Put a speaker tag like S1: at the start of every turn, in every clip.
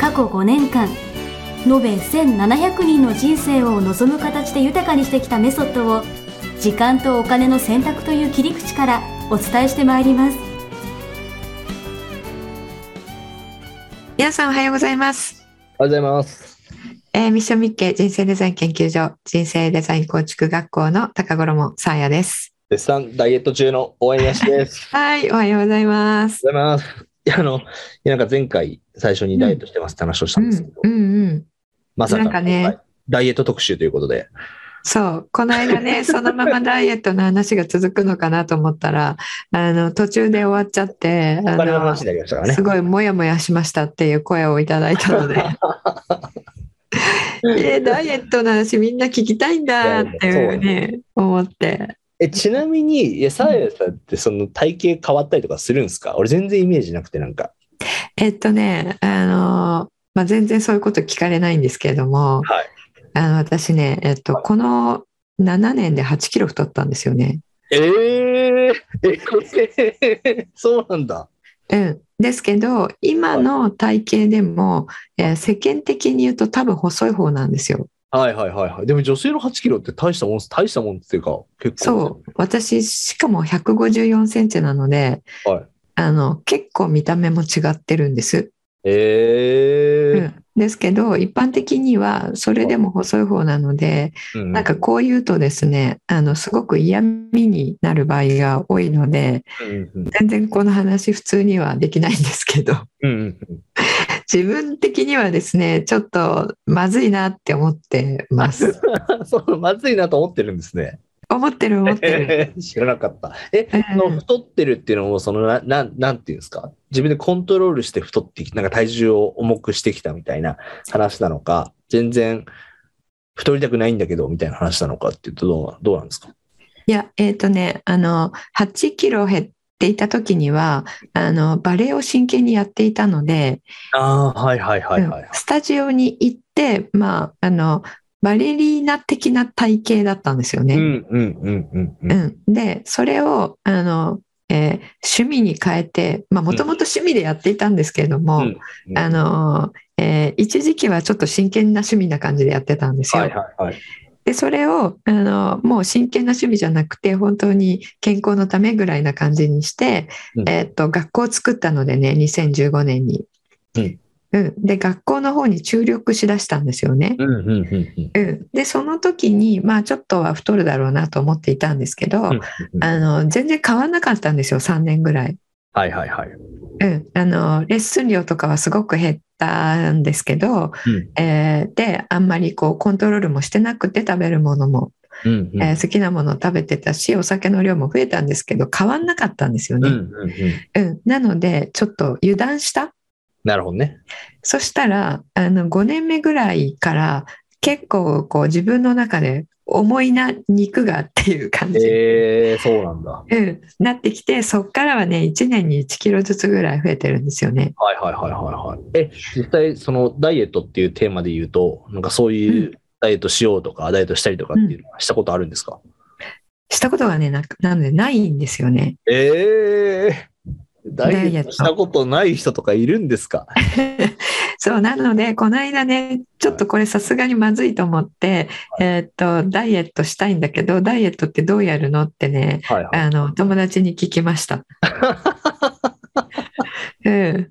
S1: 過去5年間延べ1700人の人生を望む形で豊かにしてきたメソッドを時間とお金の選択という切り口からお伝えしてまいります
S2: 皆さんおはようございます。
S3: おはようございます。
S2: えー、ミッションミッケ人生デザイン研究所人生デザイン構築学校の高頃もさあやです。
S3: 絶賛ダイエット中の応援やしです。
S2: はい、おはようございます。
S3: おはようございます。いや、あの、いやなんか前回最初にダイエットしてますって話をした
S2: うん
S3: で
S2: ん
S3: すけど、
S2: うんうん。
S3: まさか
S2: な
S3: の
S2: んかね
S3: 今回ダイエット特集ということで、
S2: そう、この間 ね、そのままダイエットの話が続くのかなと思ったら、あの途中で終わっちゃって、
S3: お
S2: あ
S3: 金の話になりましたからね。
S2: すごいモヤモヤしましたっていう声をいただいたの で。えーダイエットの話みんな聞きたいんだっていうね思って
S3: えちなみに、いや、サーヤさんってその体型変わったりとかするんですか俺全然イメージなくて、なんか。
S2: えっとねあの、まあ、全然そういうこと聞かれないんですけれども、
S3: はい
S2: あの私ね、えっと、この7年で8キロ太ったんですよね。
S3: えー、えー、そうなんだ。
S2: うん、ですけど今の体型でも、えー世間的に言うと多分細い方なんですよ。
S3: はいはいはいはい。でも女性の8キロって大したもんです、大したもんっていうか、結構。
S2: そう私しかも154センチなので、
S3: はい
S2: あの結構見た目も違ってるんです。
S3: え
S2: う
S3: ー、
S2: ん、ですけど一般的にはそれでも細い方なので、
S3: うん
S2: なんかこう言うとですね、あの、すごく嫌味になる場合が多いので、
S3: うんうん
S2: 全然この話普通にはできないんですけど、
S3: うんうんうん
S2: 自分的にはですね、ちょっとまずいなって思ってます。
S3: そう、まずいなと思ってるんですね。
S2: 思ってる思ってる。
S3: 知らなかった。え、
S2: うん
S3: その太ってるっていうのも、そのな、なん、なんていうんですか自分でコントロールして太ってきなんか体重を重くしてきたみたいな話なのか、全然太りたくないんだけど、みたいな話なのかっていうとどうな、どうなんですか
S2: いや、えっ、とね、あの、8キロ減っていた時には、あの、バレエを真剣にやっていたので、
S3: ああ、はいはいはいはい
S2: うん。スタジオに行って、まあ、あの、バレリーナ的な体型だったんですよね。
S3: うんうんうんうんう。
S2: うんん、でそれをあの、えー趣味に変えてもともと趣味でやっていたんですけれども、
S3: うんうん
S2: あのえー一時期はちょっと真剣な趣味な感じでやってたんですよ。
S3: はいはいはい。
S2: でそれをあのもう真剣な趣味じゃなくて本当に健康のためぐらいな感じにして、
S3: うん
S2: えーっと学校を作ったのでね2015年に。
S3: うん
S2: うん、で学校の方に注力しだしたんですよね。
S3: うんうんうんうん
S2: うん、でその時にまあちょっとは太るだろうなと思っていたんですけど、
S3: うんうん。
S2: あの全然変わんなかったんですよ3年ぐらい、
S3: はいはいはい。
S2: うん、あのレッスン料とかはすごく減ったんですけど、
S3: うん
S2: えーであんまりこうコントロールもしてなくて食べるものも、
S3: うんうん。
S2: えー好きなものを食べてたしお酒の量も増えたんですけど変わんなかったんですよ
S3: うんう
S2: ね、
S3: んうん。
S2: うんなのでちょっと油断した
S3: なるほどね。
S2: そしたらあの5年目ぐらいから結構こう自分の中で重いな肉がっていう感じ、
S3: ええ、そうなんだ。は
S2: うん、なってきてそっからはね1年に1キロずつぐらい増えてるんですよね。
S3: いはいはいはいはい。え、実際そのダイエットっていうテーマで言うと、なんかそういううダイエットしようとか、ダイエットしたりとかっていうのはしたことあるんですか、
S2: したことがねななのでないんですよね。
S3: ええダイ
S2: ダイエ
S3: エ
S2: ッ
S3: ッ
S2: ト
S3: トしたことない人とかいるんですか
S2: そうなのでこの間ねちょっとこれさすがにまずいと思って、えーっとダイエットしたいんだけどダイエットってどうやるのってね
S3: はいはい。
S2: あの友達に聞きま した。うん、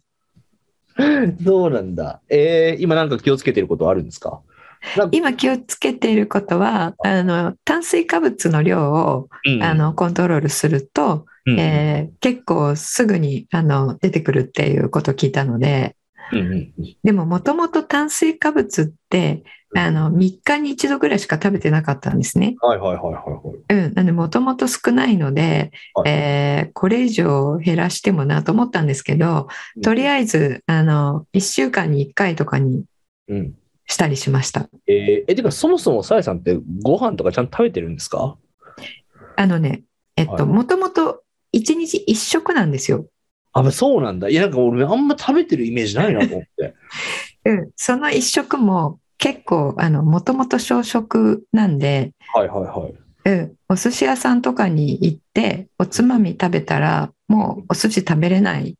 S3: そうなんだ。ええ今なんか気をつけてることあるんですかなんか
S2: 今気をつけていることはあの炭水化物の量を
S3: うん
S2: あのコントロールすると、
S3: うん
S2: えー結構すぐにあの出てくるっていうことを聞いたので、
S3: うんうん
S2: でももともと炭水化物って、あの、3日に1度ぐらいしか食べてなかったんですね。
S3: はいはいはいはい
S2: うん。なんで、もともと少ないので、
S3: はい。はい
S2: えーこれ以上減らしてもなと思ったんですけど、とりあえず、あの、1週間に1回とかに
S3: うん。
S2: したりしました。
S3: えーえ、てか、そもそもさえさんってご飯とかちゃんと食べてるんですか
S2: あのね、えっ
S3: はい
S2: と、もともと1日1食なんですよ。
S3: あ、そうなんだ。いや、なんか俺、あんま食べてるイメージないなと思って。
S2: うん。その1食も結構、あの、もともと小食なんで、
S3: はいはいはい。
S2: うん。お寿司屋さんとかに行って、おつまみ食べたら、もうお寿司食べれない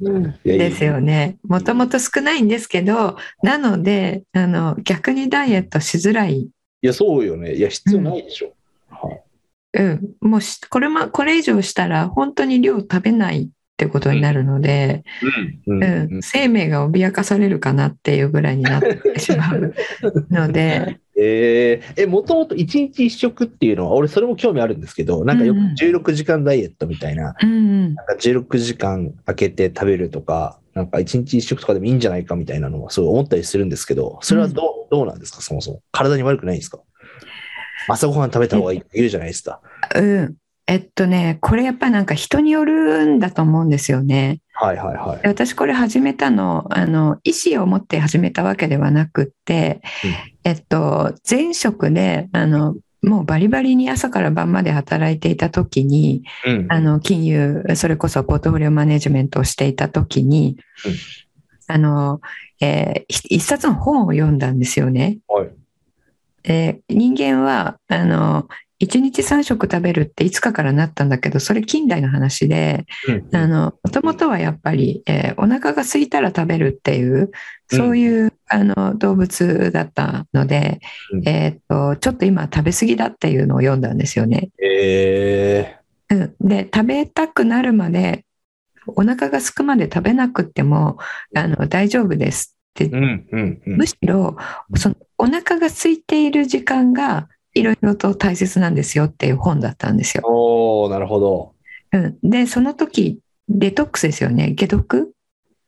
S3: いやいや
S2: ですよね。もともと少ないんですけど、なので、あの、逆にダイエットしづらい。
S3: いや、そうよね。いや、必要ないでしょ。はい
S2: うん。もうし、これも、これ以上したら、本当に量食べないってことになるので、
S3: う
S2: う
S3: んうん
S2: ん。生命が脅かされるかなっていうぐらいになってしまうの で、
S3: えーえ、もともと一日一食っていうのは、俺それも興味あるんですけど、なんかよく
S2: うんうん
S3: 16時間ダイエットみたいな、
S2: うんうん。
S3: なんか16時間空けて食べるとか、なんか一日一食とかでもいいんじゃないかみたいなのはそう思ったりするんですけど、それはどう,、どうなんですか、そもそも。体に悪くないんですか朝ごはん食べた方がいいって言うじゃないですか。
S2: うん。えっとね、これやっぱなんか人によるんだと思うんですよね。
S3: はいはいはい
S2: で。私これ始めたの、あの、意思を持って始めたわけではなくって、えっと、前職で、あの、もうバリバリに朝から晩まで働いていた時に、
S3: うん
S2: あの、金融、それこそポートフォリオマネジメントをしていた時に
S3: うん、
S2: あの、えーひ一冊の本を読んだんですよね。
S3: はい
S2: えー人間は、あの、1日3食食べるっていつかからなったんだけど、それ近代の話で、
S3: うん
S2: あの、もともとはやっぱり、えーお腹が空いたら食べるっていう、そういう、あの、動物だったので、
S3: うん
S2: えーっと、ちょっと今食べ過ぎだっていうのを読んだんですよね。
S3: え
S2: うん。で、食べたくなるまで、お腹が空くまで食べなくっても、あの、大丈夫ですって
S3: ー、う、んうんうん
S2: むしろ、その、お腹が空いている時間が、いろいろと大切なんですよっていう本だったんですよ。
S3: おー、なるほど。
S2: うん。で、その時、デトックスですよね。解毒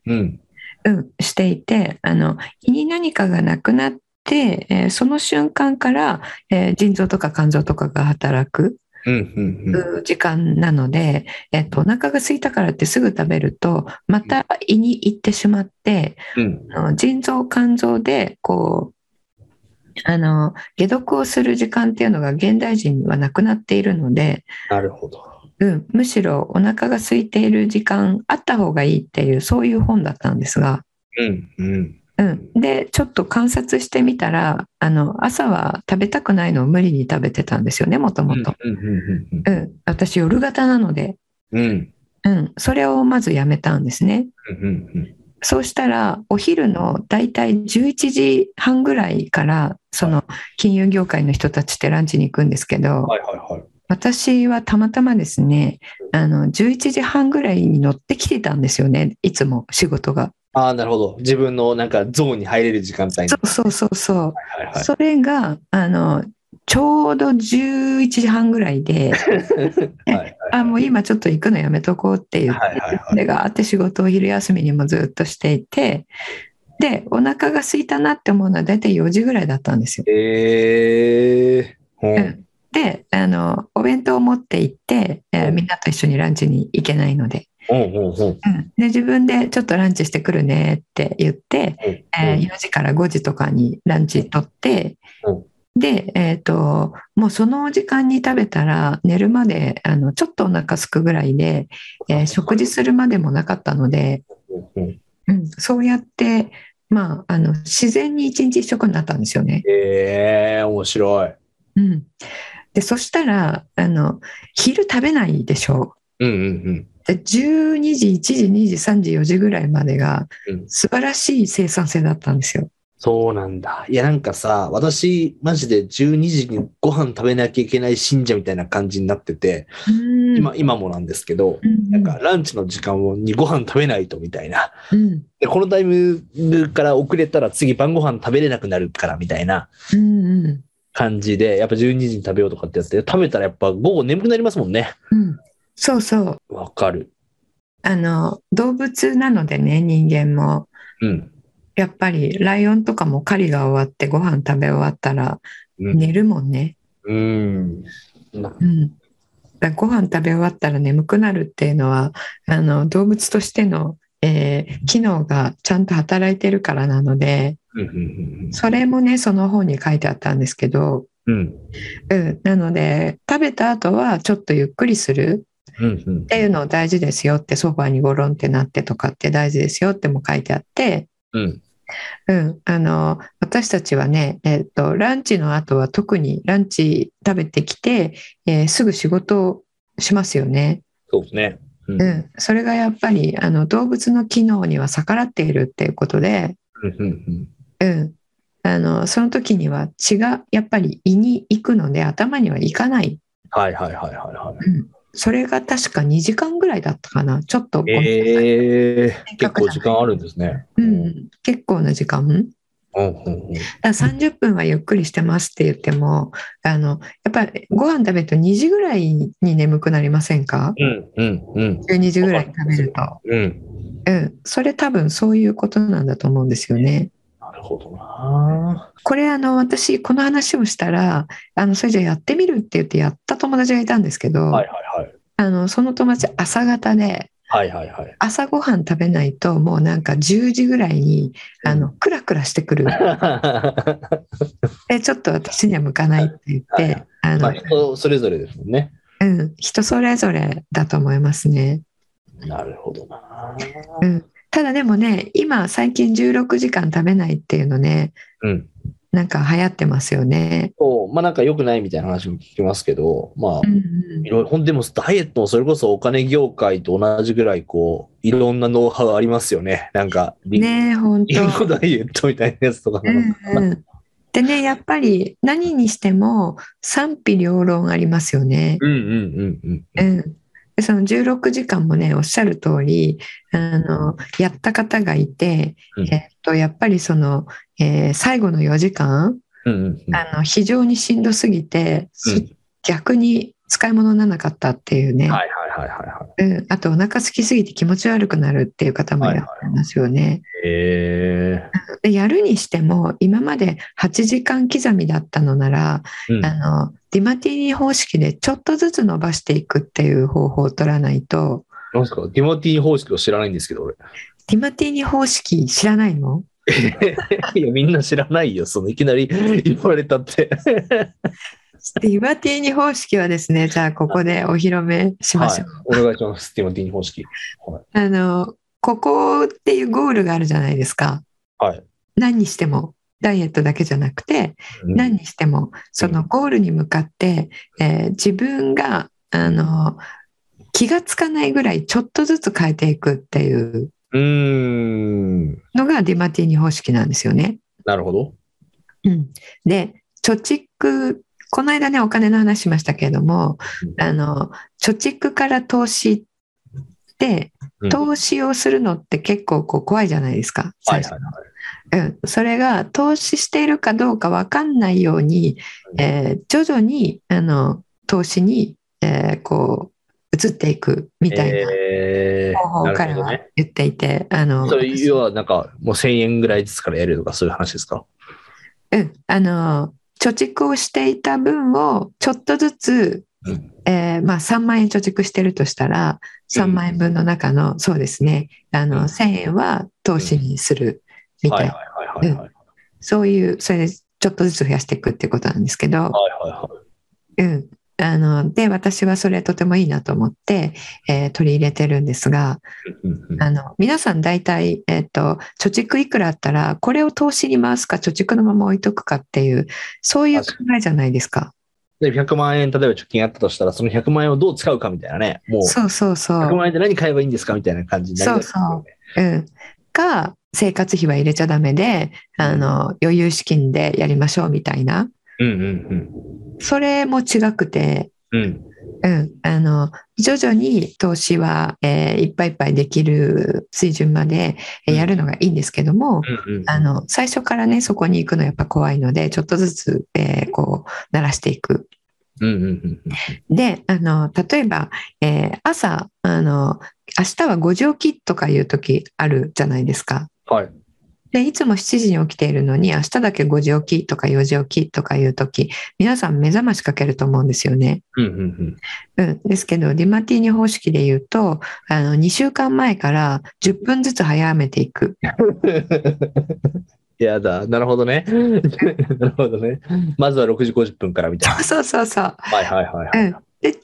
S3: うん。
S2: うん、していて、あの、胃に何かがなくなって、えーその瞬間から、えー腎臓とか肝臓とかが働く
S3: うんうんうん。
S2: う時間なので、えっと、お腹が空いたからってすぐ食べると、また胃に行ってしまって、
S3: うん
S2: あの腎臓、肝臓で、こう、あの、解毒をする時間っていうのが現代人はなくなっているので、
S3: なるほど。
S2: うん、むしろお腹が空いている時間あった方がいいっていう、そういう本だったんですが、
S3: うんうん。
S2: うん、でちょっと観察してみたらあの朝は食べたくないのを無理に食べてたんですよねもともと、
S3: うんうんうん
S2: う。ん、私夜型なので、
S3: うん。
S2: うん、それをまずやめたんですね
S3: うん
S2: そうしたらお昼のだいたい11時半ぐらいからその金融業界の人たちってランチに行くんですけど
S3: はいはいはい。
S2: 私はたまたまですねあの11時半ぐらいに乗ってきてたんですよねいつも仕事が
S3: ああ、なるほど。自分のなんかゾーンに入れる時間帯に。
S2: そうそうそうそう
S3: はいはい
S2: それが、あの、ちょうど11時半ぐらい で、
S3: はい。はい
S2: あ、もう今ちょっと行くのやめとこうって言って、
S3: はいはいはい
S2: それがあって仕事を昼休みにもずっとしていて、で、お腹が空いたなって思うのは大体4時ぐらいだったんですよ。
S3: えー。う
S2: うんんで、あの、お弁当を持って行って、えーみんなと一緒にランチに行けないので、
S3: うんうんうん
S2: うんで、自分でちょっとランチしてくるねって言って、えー4時から5時とかにランチ取って、
S3: うん
S2: で、えっ、と、もうその時間に食べたら寝るまで、あの、ちょっとお腹すくぐらいで、えー食事するまでもなかったので、
S3: うんうん。
S2: うん、そうやって、まあ、あの、自然に一日一食になったんですよね。
S3: えー、面白い。
S2: うん。で、そしたら、あの、昼食べないでしょ
S3: うんうん
S2: う。で12時、1時、2時、3時、4時ぐらいまでが
S3: うん
S2: 素晴らしい生産性だったんですよ。
S3: そうなんだ。いや、なんかさ、私、マジで12時にご飯食べなきゃいけない信者みたいな感じになってて、今、今もなんですけど、
S2: な
S3: なんか、ランチの時間にご飯食べないとみたいな。
S2: うん、
S3: で、このタイミングから遅れたら次晩ご飯食べれなくなるからみたいな
S2: うんうん
S3: 感じで、やっぱ12時に食べようとかってやつで、食べたらやっぱ午後眠くなりますもんね。
S2: うんそうそう。
S3: わかる。
S2: あの、動物なのでね、人間も。
S3: うん。
S2: やっぱり、ライオンとかも狩りが終わってご飯食べ終わったら
S3: うん。
S2: 寝るもんね。
S3: うん。
S2: うん。だからご飯食べ終わったら眠くなるっていうのは、あの、動物としての、えー機能がちゃんと働いてるからなので、
S3: うん。
S2: それもね、その本に書いてあったんですけど、
S3: うん。
S2: うん。なので、食べた後はちょっとゆっくりする。
S3: うん
S2: っ。ていうの大事ですよってソファーにゴロンってなってとかって大事ですよっても書いてあって、
S3: うん。
S2: うん、あの私たちはね、えっとランチの後は特にランチ食べてきて、えーすぐ仕事をしますよね、
S3: そうですね。う
S2: う。ん、それがやっぱりあの動物の機能には逆らっているっていうことで、
S3: うん。うん。
S2: うん、あのその時には血がやっぱり胃に行くので頭には行かない
S3: はいはいはいはいは
S2: それが確か2時間ぐらいだったかなちょっとご
S3: い。
S2: めんなさい、
S3: ええ結構時間あるんですね。
S2: う。ん、結構な時間、
S3: うんうんうん。
S2: だから30分はゆっくりしてますって言ってもあのやっぱりご飯食べると2時ぐらいに眠くなりませんか
S3: うんうんうん。
S2: 12時ぐらいに食べると、
S3: うん。
S2: うん、それ多分そういうことなんだと思うんですよね。
S3: なるほどな。
S2: これあの私この話をしたらあのそれじゃあやってみるって言ってやった友達がいたんですけど、
S3: はいはいはい。
S2: あのその友達朝方で
S3: はいはいはい。
S2: 朝ごはん食べないともうなんか10時ぐらいにあのクラクラしてく るでちょっと私には向かないって言って、
S3: はい
S2: あの
S3: まあ、人それぞれですもんね。
S2: うん、人それぞれだと思いますね。
S3: なるほどな。
S2: ただでもね、今最近16時間食べないっていうのね、
S3: うん。
S2: なんか流行ってますよね。
S3: そう、まあなんか良くないみたいな話も聞きますけど、ま
S2: う、
S3: あ
S2: ん
S3: いろいろ、ほんでもダイエットもそれこそお金業界と同じぐらいこう、いろんなノウハウありますよね。なんか、
S2: うん、
S3: リン
S2: ねえ、本
S3: リンゴ
S2: 当。
S3: ダイエットみたいなやつとか
S2: う
S3: なん
S2: ん
S3: か
S2: うん、でね、やっぱり何にしても賛否両論ありますよね。
S3: うんうんうんうん。
S2: うん、でその16時間もね、おっしゃる通り、あのやった方がいて、
S3: うん
S2: えっと、やっぱりその、えー最後の4時間、
S3: うんうんうん。
S2: あの非常にしんどすぎて、
S3: うん
S2: 逆に使い物にならなかったっていうね、
S3: はいはいはいはいは
S2: うん、あとお腹空きすぎて気持ち悪くなるっていう方もいらっしゃいますよね、
S3: い。へえ。
S2: でやるにしても今まで8時間刻みだったのなら、
S3: うん
S2: あのディマティーニ方式でちょっとずつ伸ばしていくっていう方法を取らないと
S3: なんですかディモティ方式を知らないんですけど、俺。
S2: ディマティーニ方式知らないの
S3: いや、みんな知らないよ。その、いきなり言われたって。
S2: ディマティーニ方式はですねじゃあここでお披露目しま
S3: は
S2: しょ。。
S3: いうお願いします。ディモティ方式。
S2: あのここっていうゴールがあるじゃないですか。
S3: はい。
S2: 何にしてもダイエットだけじゃなくて
S3: うん
S2: 何にしてもそのゴールに向かって、えー自分があの気がつかないぐらいちょっとずつ変えていくっていう
S3: うーん。
S2: のがディマティーニ方式なんですよね。
S3: なるほど。
S2: うん、で貯蓄この間ねお金の話しましたけれども
S3: うん
S2: あの貯蓄から投資って
S3: うん
S2: 投資をするのって結構こう怖いじゃないですか
S3: は
S2: 最
S3: い
S2: 初
S3: はいはい。
S2: うん、それが投資しているかどうか分かんないように、
S3: うん
S2: えー徐々にあの投資に、えーこう移っていくみたいな
S3: えー
S2: 方法
S3: な
S2: から
S3: るほど
S2: は
S3: ね。
S2: 言っていて、あの
S3: それ、要は、なんか、もう1000円ぐらいずつからやるとか、そういう話ですか
S2: うん、あの貯蓄をしていた分をちょっとずつ、
S3: うん
S2: えーまあ、3万円貯蓄してるとしたら3万円分の中の、そうですねあ
S3: うん
S2: の1,000円は投資にするみたい
S3: は
S2: な、
S3: いはいはいはいはい。
S2: そういうそれでちょっとずつ増やしていくっていうことなんですけど。
S3: はいはいはい。
S2: うん。あの、で、私はそれとてもいいなと思って、えー取り入れてるんですが、
S3: うんうん
S2: あの、皆さん大体、えっ、と、貯蓄いくらあったら、これを投資に回すか、貯蓄のまま置いとくかっていう、そういう考えじゃないですか。
S3: で、100万円、例えば貯金あったとしたら、その100万円をどう使うかみたいなね。もう、
S2: そうそうそ
S3: 100
S2: う。
S3: 万円で何買えばいいんですかみたいな感じになりますよね。
S2: うん。か、生活費は入れちゃダメで、あの、余裕資金でやりましょうみたいな。
S3: うんうん
S2: それも違くて、
S3: うん。うん。
S2: うん、あの徐々に投資は、えーいっぱいいっぱいできる水準までえー
S3: うん
S2: やるのがいいんですけども、
S3: うんうん。
S2: あの最初からねそこに行くのやっぱ怖いのでちょっとずつ、えーこう慣らしていく
S3: うんうんうんうん。
S2: で、あの、例えば、えー朝、あの、明日は5時起きとかいう時あるじゃないですか。
S3: はい。
S2: で、いつも7時に起きているのに、明日だけ5時起きとか4時起きとかいう時、皆さん目覚ましかけると思うんですよね。
S3: うんうんうん。
S2: うん。ですけど、ディマティーニ方式で言うと、あの、2週間前から10分ずつ早めていく。
S3: やだ。なるほどね。 なるほどね。まずは6時50分からみたい
S2: そうそうそう。
S3: な。はいはいはいは
S2: う
S3: い。
S2: ん。で、10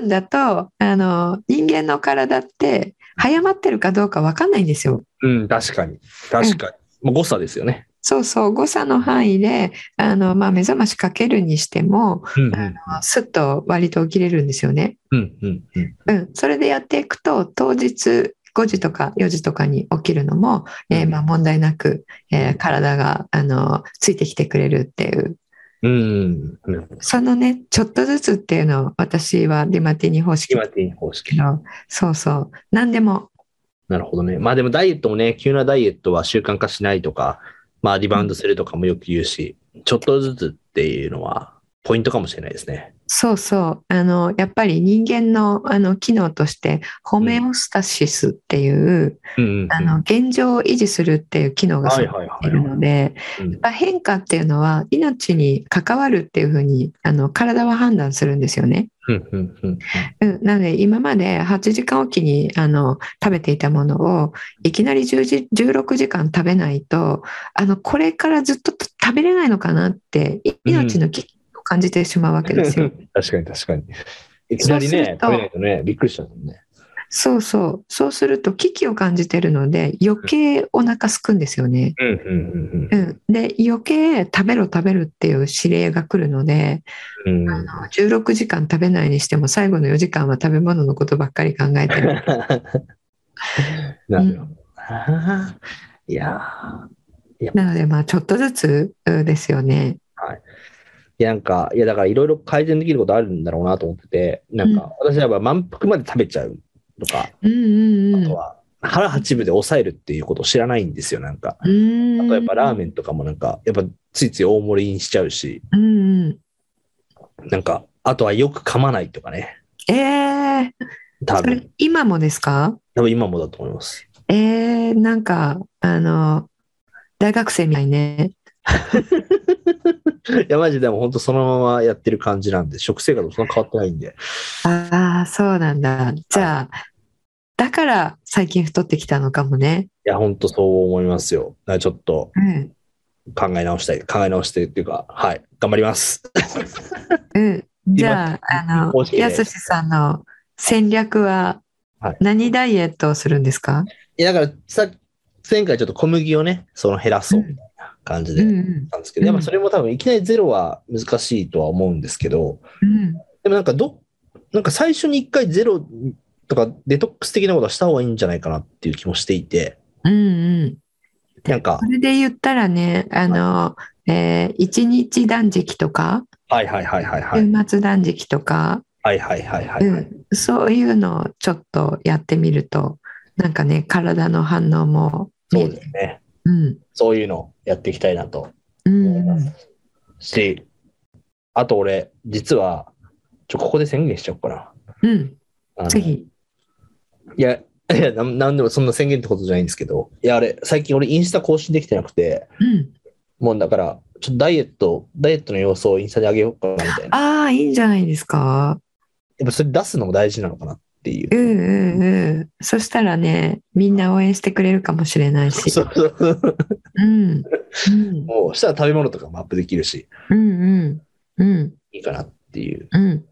S2: 分だと、あの、人間の体って、早まってるかどうかわかんないんですよ。
S3: うん、確かに。確かに。もう誤差ですよね。
S2: そうそう、誤差の範囲で、あの、まあ、目覚ましかけるにしても、
S3: うんうん
S2: すっと割と起きれるんですよね。
S3: うんうんうん。
S2: うん。それでやっていくと、当日5時とか4時とかに起きるのも、えーまあ、問題なく、えー体が、あの、ついてきてくれるっていう、
S3: うんうん。
S2: そのね、ちょっとずつっていうのを、私はディマティニ方式
S3: 決
S2: だ
S3: まっていい方式
S2: け。ど、そうそう、何でも、
S3: なるほどね。まあでもダイエットもね、急なダイエットは習慣化しないとか、まあリバウンドするとかもよく言うし、ちょっとずつっていうのはポイントかもしれないですね。
S2: そうそう、あの、やっぱり人間の、あの、機能として、ホメオスタシスっていう、
S3: うんうんうん。
S2: あの現状を維持するっていう機能が
S3: は
S2: 備
S3: い
S2: わ
S3: はいは
S2: ってい
S3: い
S2: る
S3: は
S2: ので、
S3: い。うん
S2: やっぱ変化っていうのは命に関わるっていうふうにあの体は判断するんですよね。
S3: うんうんうん
S2: うん、なので今まで8時間おきにあの食べていたものをいきなり10時16時間食べないとあのこれからずっと食べれないのかなってい命の危機を感じてしまうわけですよ。
S3: 確かに確かに。いきなりね、
S2: そうす
S3: 食
S2: ると
S3: べないとね、びっくりしちゃうもんね。
S2: そうそうそうすると危機を感じてるので余計お腹空くんですよね。
S3: うんうん
S2: う。ん、で余計食べろ食べるっていう指令が来るので、
S3: うん
S2: あの16時間食べないにしても最後の4時間は食べ物のことばっかり考え てる
S3: なるほどな。いやーいや
S2: なのでまあちょっとずつうんですよね。
S3: いやなんか、いやだからいろいろ改善できることあるんだろうなと思ってて、なんか私はやっぱ満腹まで食べちゃうとか、
S2: うんうんうん
S3: あとは腹八分で抑えるっていうことを知らないんですよ、なんか。
S2: うん
S3: あとやっぱラーメ
S2: ン、
S3: ンとかもなんか、やっぱついつい大盛りにしちゃうし、
S2: うんうん、
S3: なんか、あとはよく噛まないとかね。
S2: えー、
S3: 多
S2: それ
S3: 分、
S2: 今もですか
S3: 多分今もだと思います。
S2: えー、なんかあの大学生みたいね。
S3: いや、マジでもう本当そのままやってる感じなんで、食生活もそんな変わってないんで。
S2: ああそうなんだ。じゃあだから最近太ってきたのかもね。
S3: いや、本当そう思いますよ。だからちょっと
S2: うん
S3: 考え直したい。考え直してっていうか、はい、頑張ります。
S2: うん、じゃあ、あの
S3: 公、式で
S2: やすしさんの戦略は
S3: はい、
S2: 何ダイエットをするんですか、
S3: いや、だからさ、前回ちょっと小麦をね、その減らそうみたいな感じで
S2: う
S3: やっ
S2: ん
S3: たんですけど、やっ
S2: うん
S3: ぱそれも多分いきなりゼロは難しいとは思うんですけど、
S2: うん、
S3: でもなんかど、なんか最初に一回ゼロとかデトックス的なことはした方がいいんじゃないかなっていう気もしていて、
S2: うん、うん。
S3: なんか
S2: そ、れで言ったらね、あの、えー一日断食とか、
S3: はいはいはいはいはい。
S2: 週末断食とか、
S3: はいはいはいはい、は
S2: う
S3: い。
S2: ん、そういうのをちょっとやってみると、なんかね、体の反応も見
S3: そ
S2: え
S3: う
S2: て
S3: ですね。
S2: うん、
S3: そういうのやっていきたいなと
S2: うん、うん。
S3: し、あと俺、実は、ちょ、ここで宣言しちゃおうかな
S2: うん、。
S3: あの
S2: ぜ。ひ。
S3: いや、いや、なんなんでもそんな宣言ってことじゃないんですけど、いや、あれ、最近俺インスタ更新できてなくて、
S2: うん。
S3: もうだから、ちょっとダイエット、ダイエットの様子をインスタで上げようかなみたいな。
S2: ああ、いいんじゃないですか
S3: やっぱそれ出すのも大事なのかなっていう
S2: う。んうんうん。そしたらね、みんな応援してくれるかもしれないし。
S3: そうそうそう。
S2: うん。うん
S3: もう、したら食べ物とかもアップできるし、
S2: うんうん。うん
S3: いいかなっていう。
S2: うん。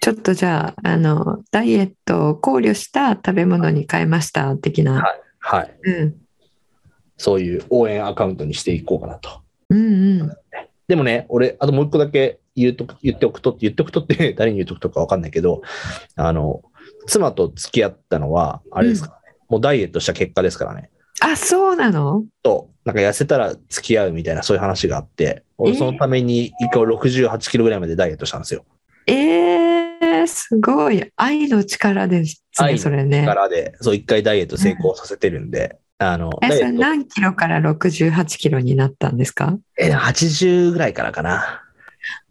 S2: ちょっとじゃあ、あの、ダイエットを考慮した食べ物に変えました、的な。
S3: はい。
S2: うん。
S3: そういう応援アカウントにしていこうかなと。
S2: うんうん。
S3: でもね、俺、あともう一個だけ言うと言っておくと、言っておくとって 誰に言うとくとかわかんないけど、あの、妻と付き合ったのは、あれですからね、もうダイエットした結果ですからね。
S2: あ、そうなの
S3: と、なんか痩せたら付き合うみたいな、そういう話があって、俺
S2: えー
S3: そのために一回68キロぐらいまでダイエットしたんですよ。
S2: えー、すごい。愛の力ですね、
S3: 愛の
S2: それね
S3: か。らで、そう一回ダイエット成功させてるんで、あの、
S2: え、
S3: ダ
S2: そ
S3: イエ
S2: れ
S3: ット、
S2: 何キロから68キロになったんですか
S3: えー80ぐらいからかな。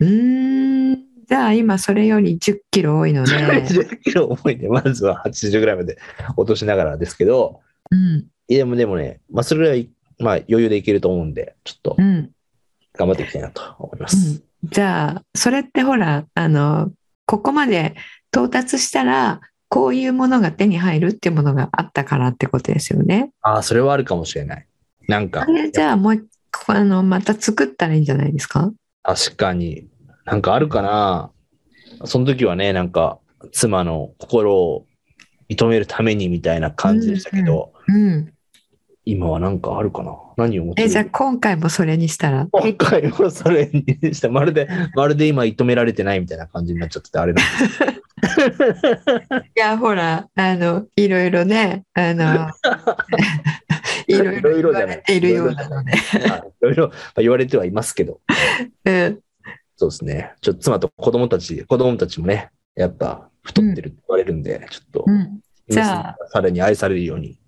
S2: うーん。じゃあ今それより10キロ多 いので、
S3: 10キロ重いね。まずは80グラムで落としながらですけど、
S2: うん、
S3: いやでもでもね、まあ、それぐらい、まあ、余裕でいけると思うんで、ちょっと
S2: うん、
S3: 頑張っていきたいなと思いま
S2: う
S3: す
S2: ん。じゃあそれってほらあのここまで到達したらこういうものが手に入るっていうものがあったからってことですよね。
S3: ああ、それはあるかもしれない。なんか
S2: あ、れじゃあもう一個あのまた作ったらいいんじゃないですか
S3: 確かに、なんかあるかな。その時はね、なんか、妻の心を認めるためにみたいな感じでしたけど、
S2: うん。
S3: 今はなんかあるかな。何を持って
S2: え
S3: る
S2: じゃあ今回もそれにしたら。
S3: 今回もそれ にした。まるで、まるで今、認められてないみたいな感じになっちゃってて、あれなんです
S2: いやほらあのいろいろねあの いろいろ言われているようなので。
S3: けど、まあいろいろまあ言われてはいますけど、
S2: うん
S3: そうですね。ちょっと妻と子供たち、子供たちもね、やっぱ太ってるって言われるんで、ちょっと
S2: う、んじゃあ
S3: さらに愛されるように。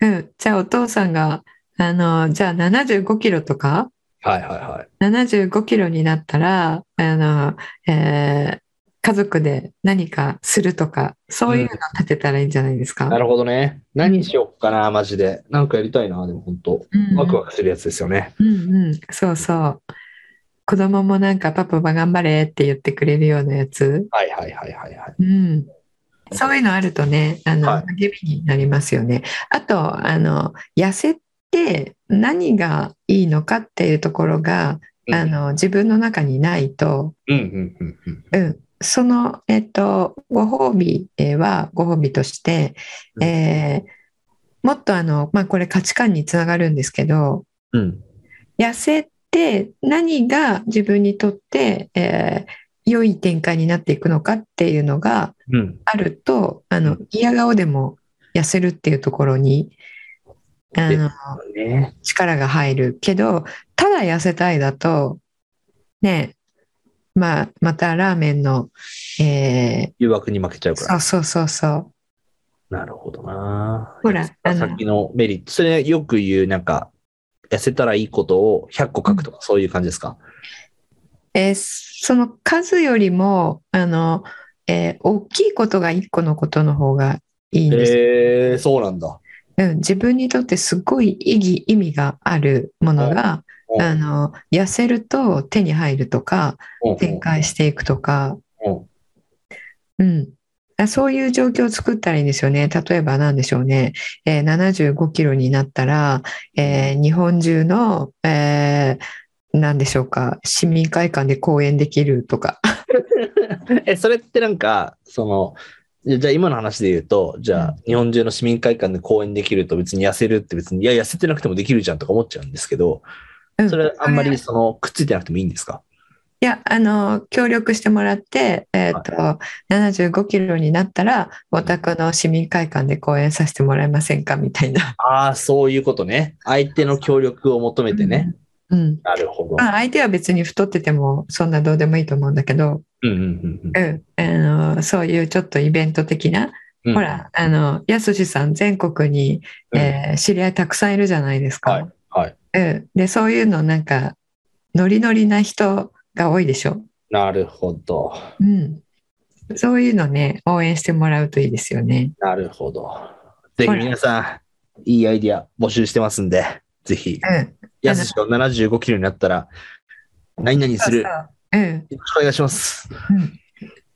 S2: うん、じゃあお父さんがあのじゃあ75キロとか
S3: はいはいはい。
S2: 75キロになったらあの、えー家族で何かするとかそういうの立てたらいいんじゃないですか。
S3: なるほどね。何しよっかな、マジで。なんかやりたいな、でも本当。
S2: うん
S3: ワクワクするやつですよね。
S2: うんうん、そうそう子供もなんか「パパは頑張れ」って言ってくれるようなやつ、
S3: はいはいはいはいはい。
S2: うん、そういうのあるとねあの、
S3: はい
S2: 励みになりますよね。あとあの痩せって何がいいのかっていうところが、
S3: うん
S2: あの自分の中にないと
S3: うんうんうんうん。
S2: うん、その、えっと、ご褒美えーはご褒美として、
S3: うん
S2: えーもっとあの、まあ、これ価値観につながるんですけど
S3: うん。
S2: 痩せって何が自分にとって、えー良い展開になっていくのかっていうのが
S3: うん。
S2: あるとあの嫌顔でも痩せるっていうところにあの
S3: ね。
S2: 力が入るけどただ痩せたいだとねまあ、またラーメンの、えー
S3: 誘惑に負けちゃうか
S2: そう
S3: ら。
S2: そうそうそう。
S3: なるほどな。
S2: ほら、あ
S3: さ
S2: の
S3: っ、きのメリット。それよく言う、なんか、痩せたらいいことを100個書くとか、そういう感じですか
S2: えーその数よりも、あの、えー大きいことが一個のことの方がいいんです。
S3: へえ、そうなんだ。
S2: うん、自分にとってすごい意義、意味があるものが、
S3: うん
S2: あの、痩せると手に入るとか、展開
S3: し
S2: していくとか、
S3: うん
S2: うん。あそういう状況を作ったらいいんですよね。例えば何でしょうね。えー75キロになったら、えー日本中の、えー何でしょうか、市民会館で講演できるとか。
S3: え、それってなんか、その、じゃじゃあ今の話で言うと、じゃあ日本中の市民会館で講演できると別に痩せるって別に、いや、痩せてなくてもできるじゃんとか思っちゃうんですけど、
S2: うん
S3: それあんまり
S2: い
S3: その、くっついてなくてもいいんですか
S2: や、あの、協力してもらって、えっ、と、75キロになったら、お宅の市民会館で講演させてもらえませんかみたいな。
S3: ああ、そういうことね。相手の協力を求めてね。
S2: うん。
S3: なるほど。
S2: まあ、相手は別に太ってても、そんなどうでもいいと思うんだけど、
S3: うんうんうん
S2: うん、あのそういうちょっとイベント的な、
S3: うん。
S2: ほらあのやすしさん全国に、
S3: うん、
S2: えー知り合いたくさんいるじゃないですか、
S3: はいはい。
S2: うん、でそういうのなんかノリノリな人が多いでしょ、
S3: なるほど。
S2: うん、そういうのね応援してもらうといいですよね
S3: なるほど。ぜひ
S2: ほら
S3: 皆さん、いいアイディア募集してますんで、ぜひ、
S2: うん
S3: やすしを75キロになったら、何々する。よ
S2: うん、うん、
S3: ろしくお願いします。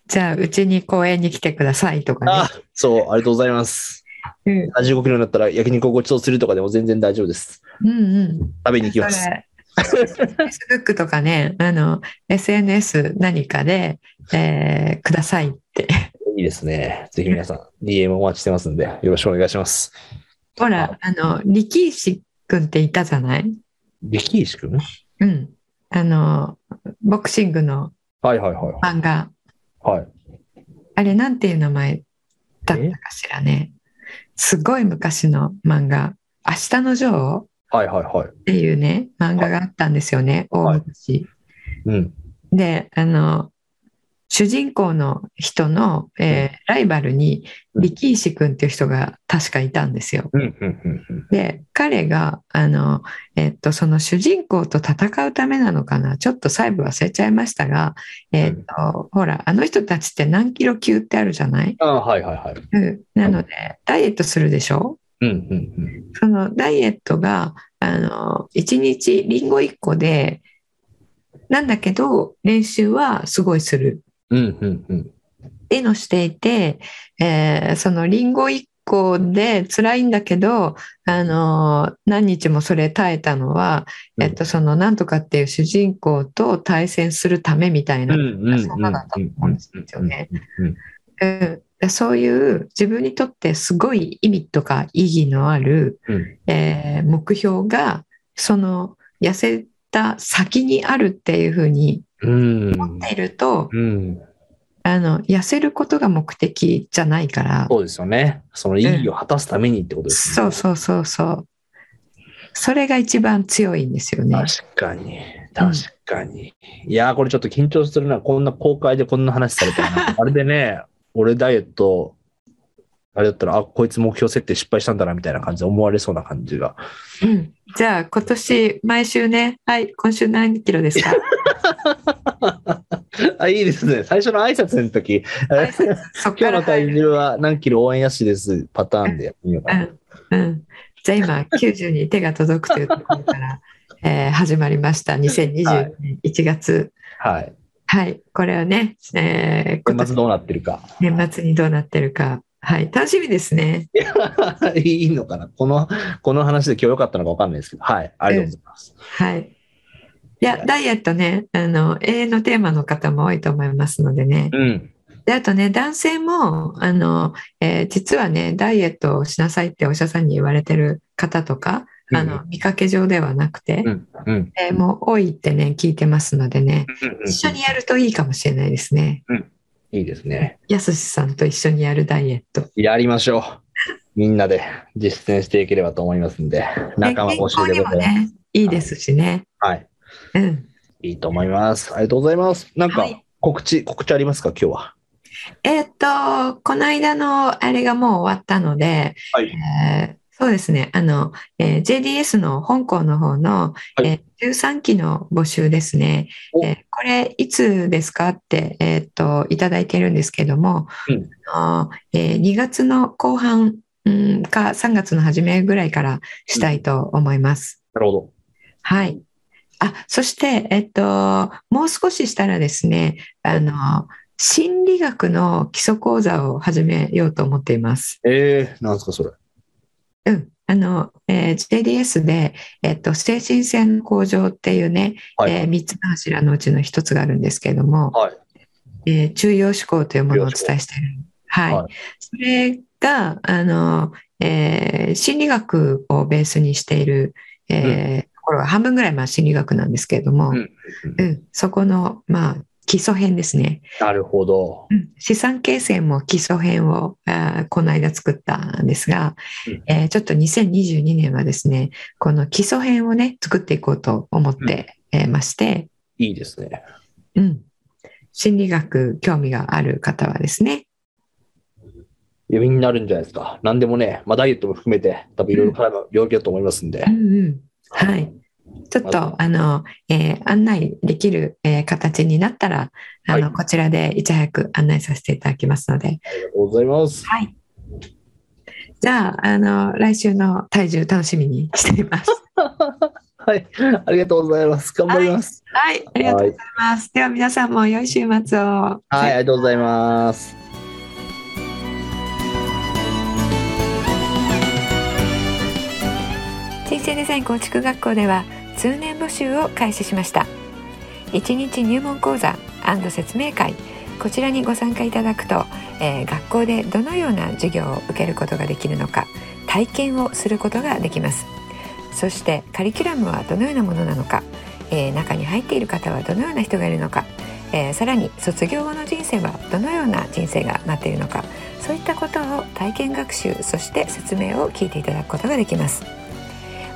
S2: じゃあうちに公園に来てくださいとかね
S3: あ、そう、ありがとうございます。
S2: うん
S3: 75キロになったら焼肉をご馳走するとかでも全然大丈夫です。
S2: うんうん
S3: 食べに行きます。
S2: それ Facebook とかねあの SNS 何かで、えーくださいって
S3: いいですね。ぜひ皆さん、DM お待ちしてますんで、よろしくお願いします。
S2: ほら、あの、力石くんっていたじゃない
S3: 力石君
S2: うん。あの、ボクシングの
S3: はいはいはい
S2: 漫画。
S3: はい。はい。
S2: あれ、なんていう名前だったかしらね。すごい昔の漫画。明日のジョー
S3: はいはいはい。
S2: っていうね、漫画があったんですよね、大昔。
S3: うん。
S2: で、あの、主人公の人の、えーライバルに力石君っていう人が確かいたんですよ。
S3: うん、うん、うんうん。
S2: で彼があの、えっとその主人公と戦うためなのかなちょっと細部忘れちゃいましたが、えっとほらあの人たちって何キロ級ってあるじゃない、
S3: ああ、はい、はい、はい。
S2: うん、なのでダイエットするでしょ
S3: うん、うん、
S2: そのダイエットがあの1日リンゴ1個でなんだけど練習はすごいする
S3: うん。うん、うん、うん。
S2: っていうのをしていて、えーそのリンゴ1個で辛いんだけど、あのー何日もそれ耐えたのは、
S3: うん
S2: えっとそのなんとかっていう主人公と対戦するためみたいな、
S3: うん、うん。
S2: そんなだったと思うんですよね
S3: うん。うん
S2: うんでそういう自分にとってすごい意味とか意義のある、
S3: うん
S2: えー目標がその痩せた先にあるっていうふうに
S3: うん、
S2: 思っていると、
S3: うん。
S2: あの痩せることが目的じゃないから
S3: そうですよね。その意義を果たすためにってことですね。
S2: そうそうそうそう。それが一番強いんですよね。
S3: 確かに。確かに。いやー、これちょっと緊張するな。こんな公開でこんな話された らな。あれでね、俺ダイエット、あれだったら、あ、こいつ目標設定失敗したんだな、みたいな感じで思われそうな感じが。
S2: うん、じゃあ今年毎週ね、はい、今週何キロです か
S3: あ、いいですね。最初の挨拶の時、
S2: はいそっか
S3: 今日
S2: ら
S3: の体重は何キロ応援やしですパターンでやってみようかな。
S2: うんうん、じゃあ今90に手が届くというところ から、えー始まりました2020年1月。
S3: はい。
S2: はい、これはね、えー今年
S3: 年末どうなってるか。
S2: 年末にどうなってるか、はい、楽しみですね。
S3: いいのかなこの、この話で今日良かったのか分かんないですけど。はい。ありがとうございます。
S2: はい。いや、ダイエットね、あの、永遠のテーマの方も多いと思いますのでね。
S3: うん。
S2: で、あとね、男性も、あの、えー実はね、ダイエットをしなさいってお医者さんに言われてる方とか、あの、見かけ上ではなくて、
S3: うん。うん。
S2: えーもう多いってね、聞いてますのでね、一緒にやるといいかもしれないですね。
S3: いいですね。
S2: やすしさんと一緒にやるダイエット。
S3: やりましょう。みんなで実践していければと思いますんで、 仲間募集
S2: ね健康
S3: でござい
S2: にも
S3: ます。
S2: ね、いいですしね。
S3: はい。
S2: うん。
S3: いいと思います。ありがとうございます。なんか
S2: はい
S3: 告知、告知ありますか今日は。
S2: えーっと、この間のあれがもう終わったので、
S3: はい
S2: えーそうですね、あの、えー JDS の香港の方の、
S3: はい
S2: えー13期の募集ですね、
S3: お
S2: えーこれいつですかって、えーっと、いただいてるんですけども、
S3: うん
S2: あのえー2月の後半うんか3月の初めぐらいからしたいと思います。
S3: なるほど。
S2: はい。あ、そして、えっと、もう少ししたらですね、あの、心理学の基礎講座を始めようと思っています。
S3: えー、なんですかそれ。
S2: うん。あの、えー JDS で、えっと、精神性の向上っていうね、
S3: はい
S2: え3つの柱のうちの1つがあるんですけれども、
S3: はい
S2: えー中央思考というものをお伝えしている。はい。
S3: はい
S2: それが、あの、えー心理学をベースにしている、えーところが半分ぐらいまあ心理学なんですけれども、
S3: う
S2: うんんそこの、まあ、基礎編ですね、
S3: なるほど。
S2: うん資産形成も基礎編をあーこの間作ったんですが、
S3: うん
S2: えーちょっと2022年はですねこの基礎編をね作っていこうと思ってえーまして、
S3: いいですね。
S2: うん、心理学興味がある方はですね
S3: いやみんなあるんじゃないですか。なんでもね、まあ、ダイエットも含めて、多分いろいろ絡む病気だと思いますんで
S2: う。んうんはい。ちょっと、あの、えー案内できる、えー形になったら、あの、
S3: はい
S2: こちらでいち早く案内させていただきますので。
S3: ありがとうござい ます。
S2: はい。じゃあ、あの、来週の体重楽しみにしています。
S3: はい。ありがとうございます。頑張ります。
S2: はい、ありがとうございます。では、皆さんも良い週末を。
S3: はい、ありがとうございます。
S2: 人生デザイン構築学校では通年募集を開始しました1日入門講座説明会こちらにご参加いただくと、えー学校でどのような授業を受けることができるのか体験をすることができますそしてカリキュラムはどのようなものなのか、えー中に入っている方はどのような人がいるのか、えーさらに卒業後の人生はどのような人生が待っているのかそういったことを体験学習そして説明を聞いていただくことができます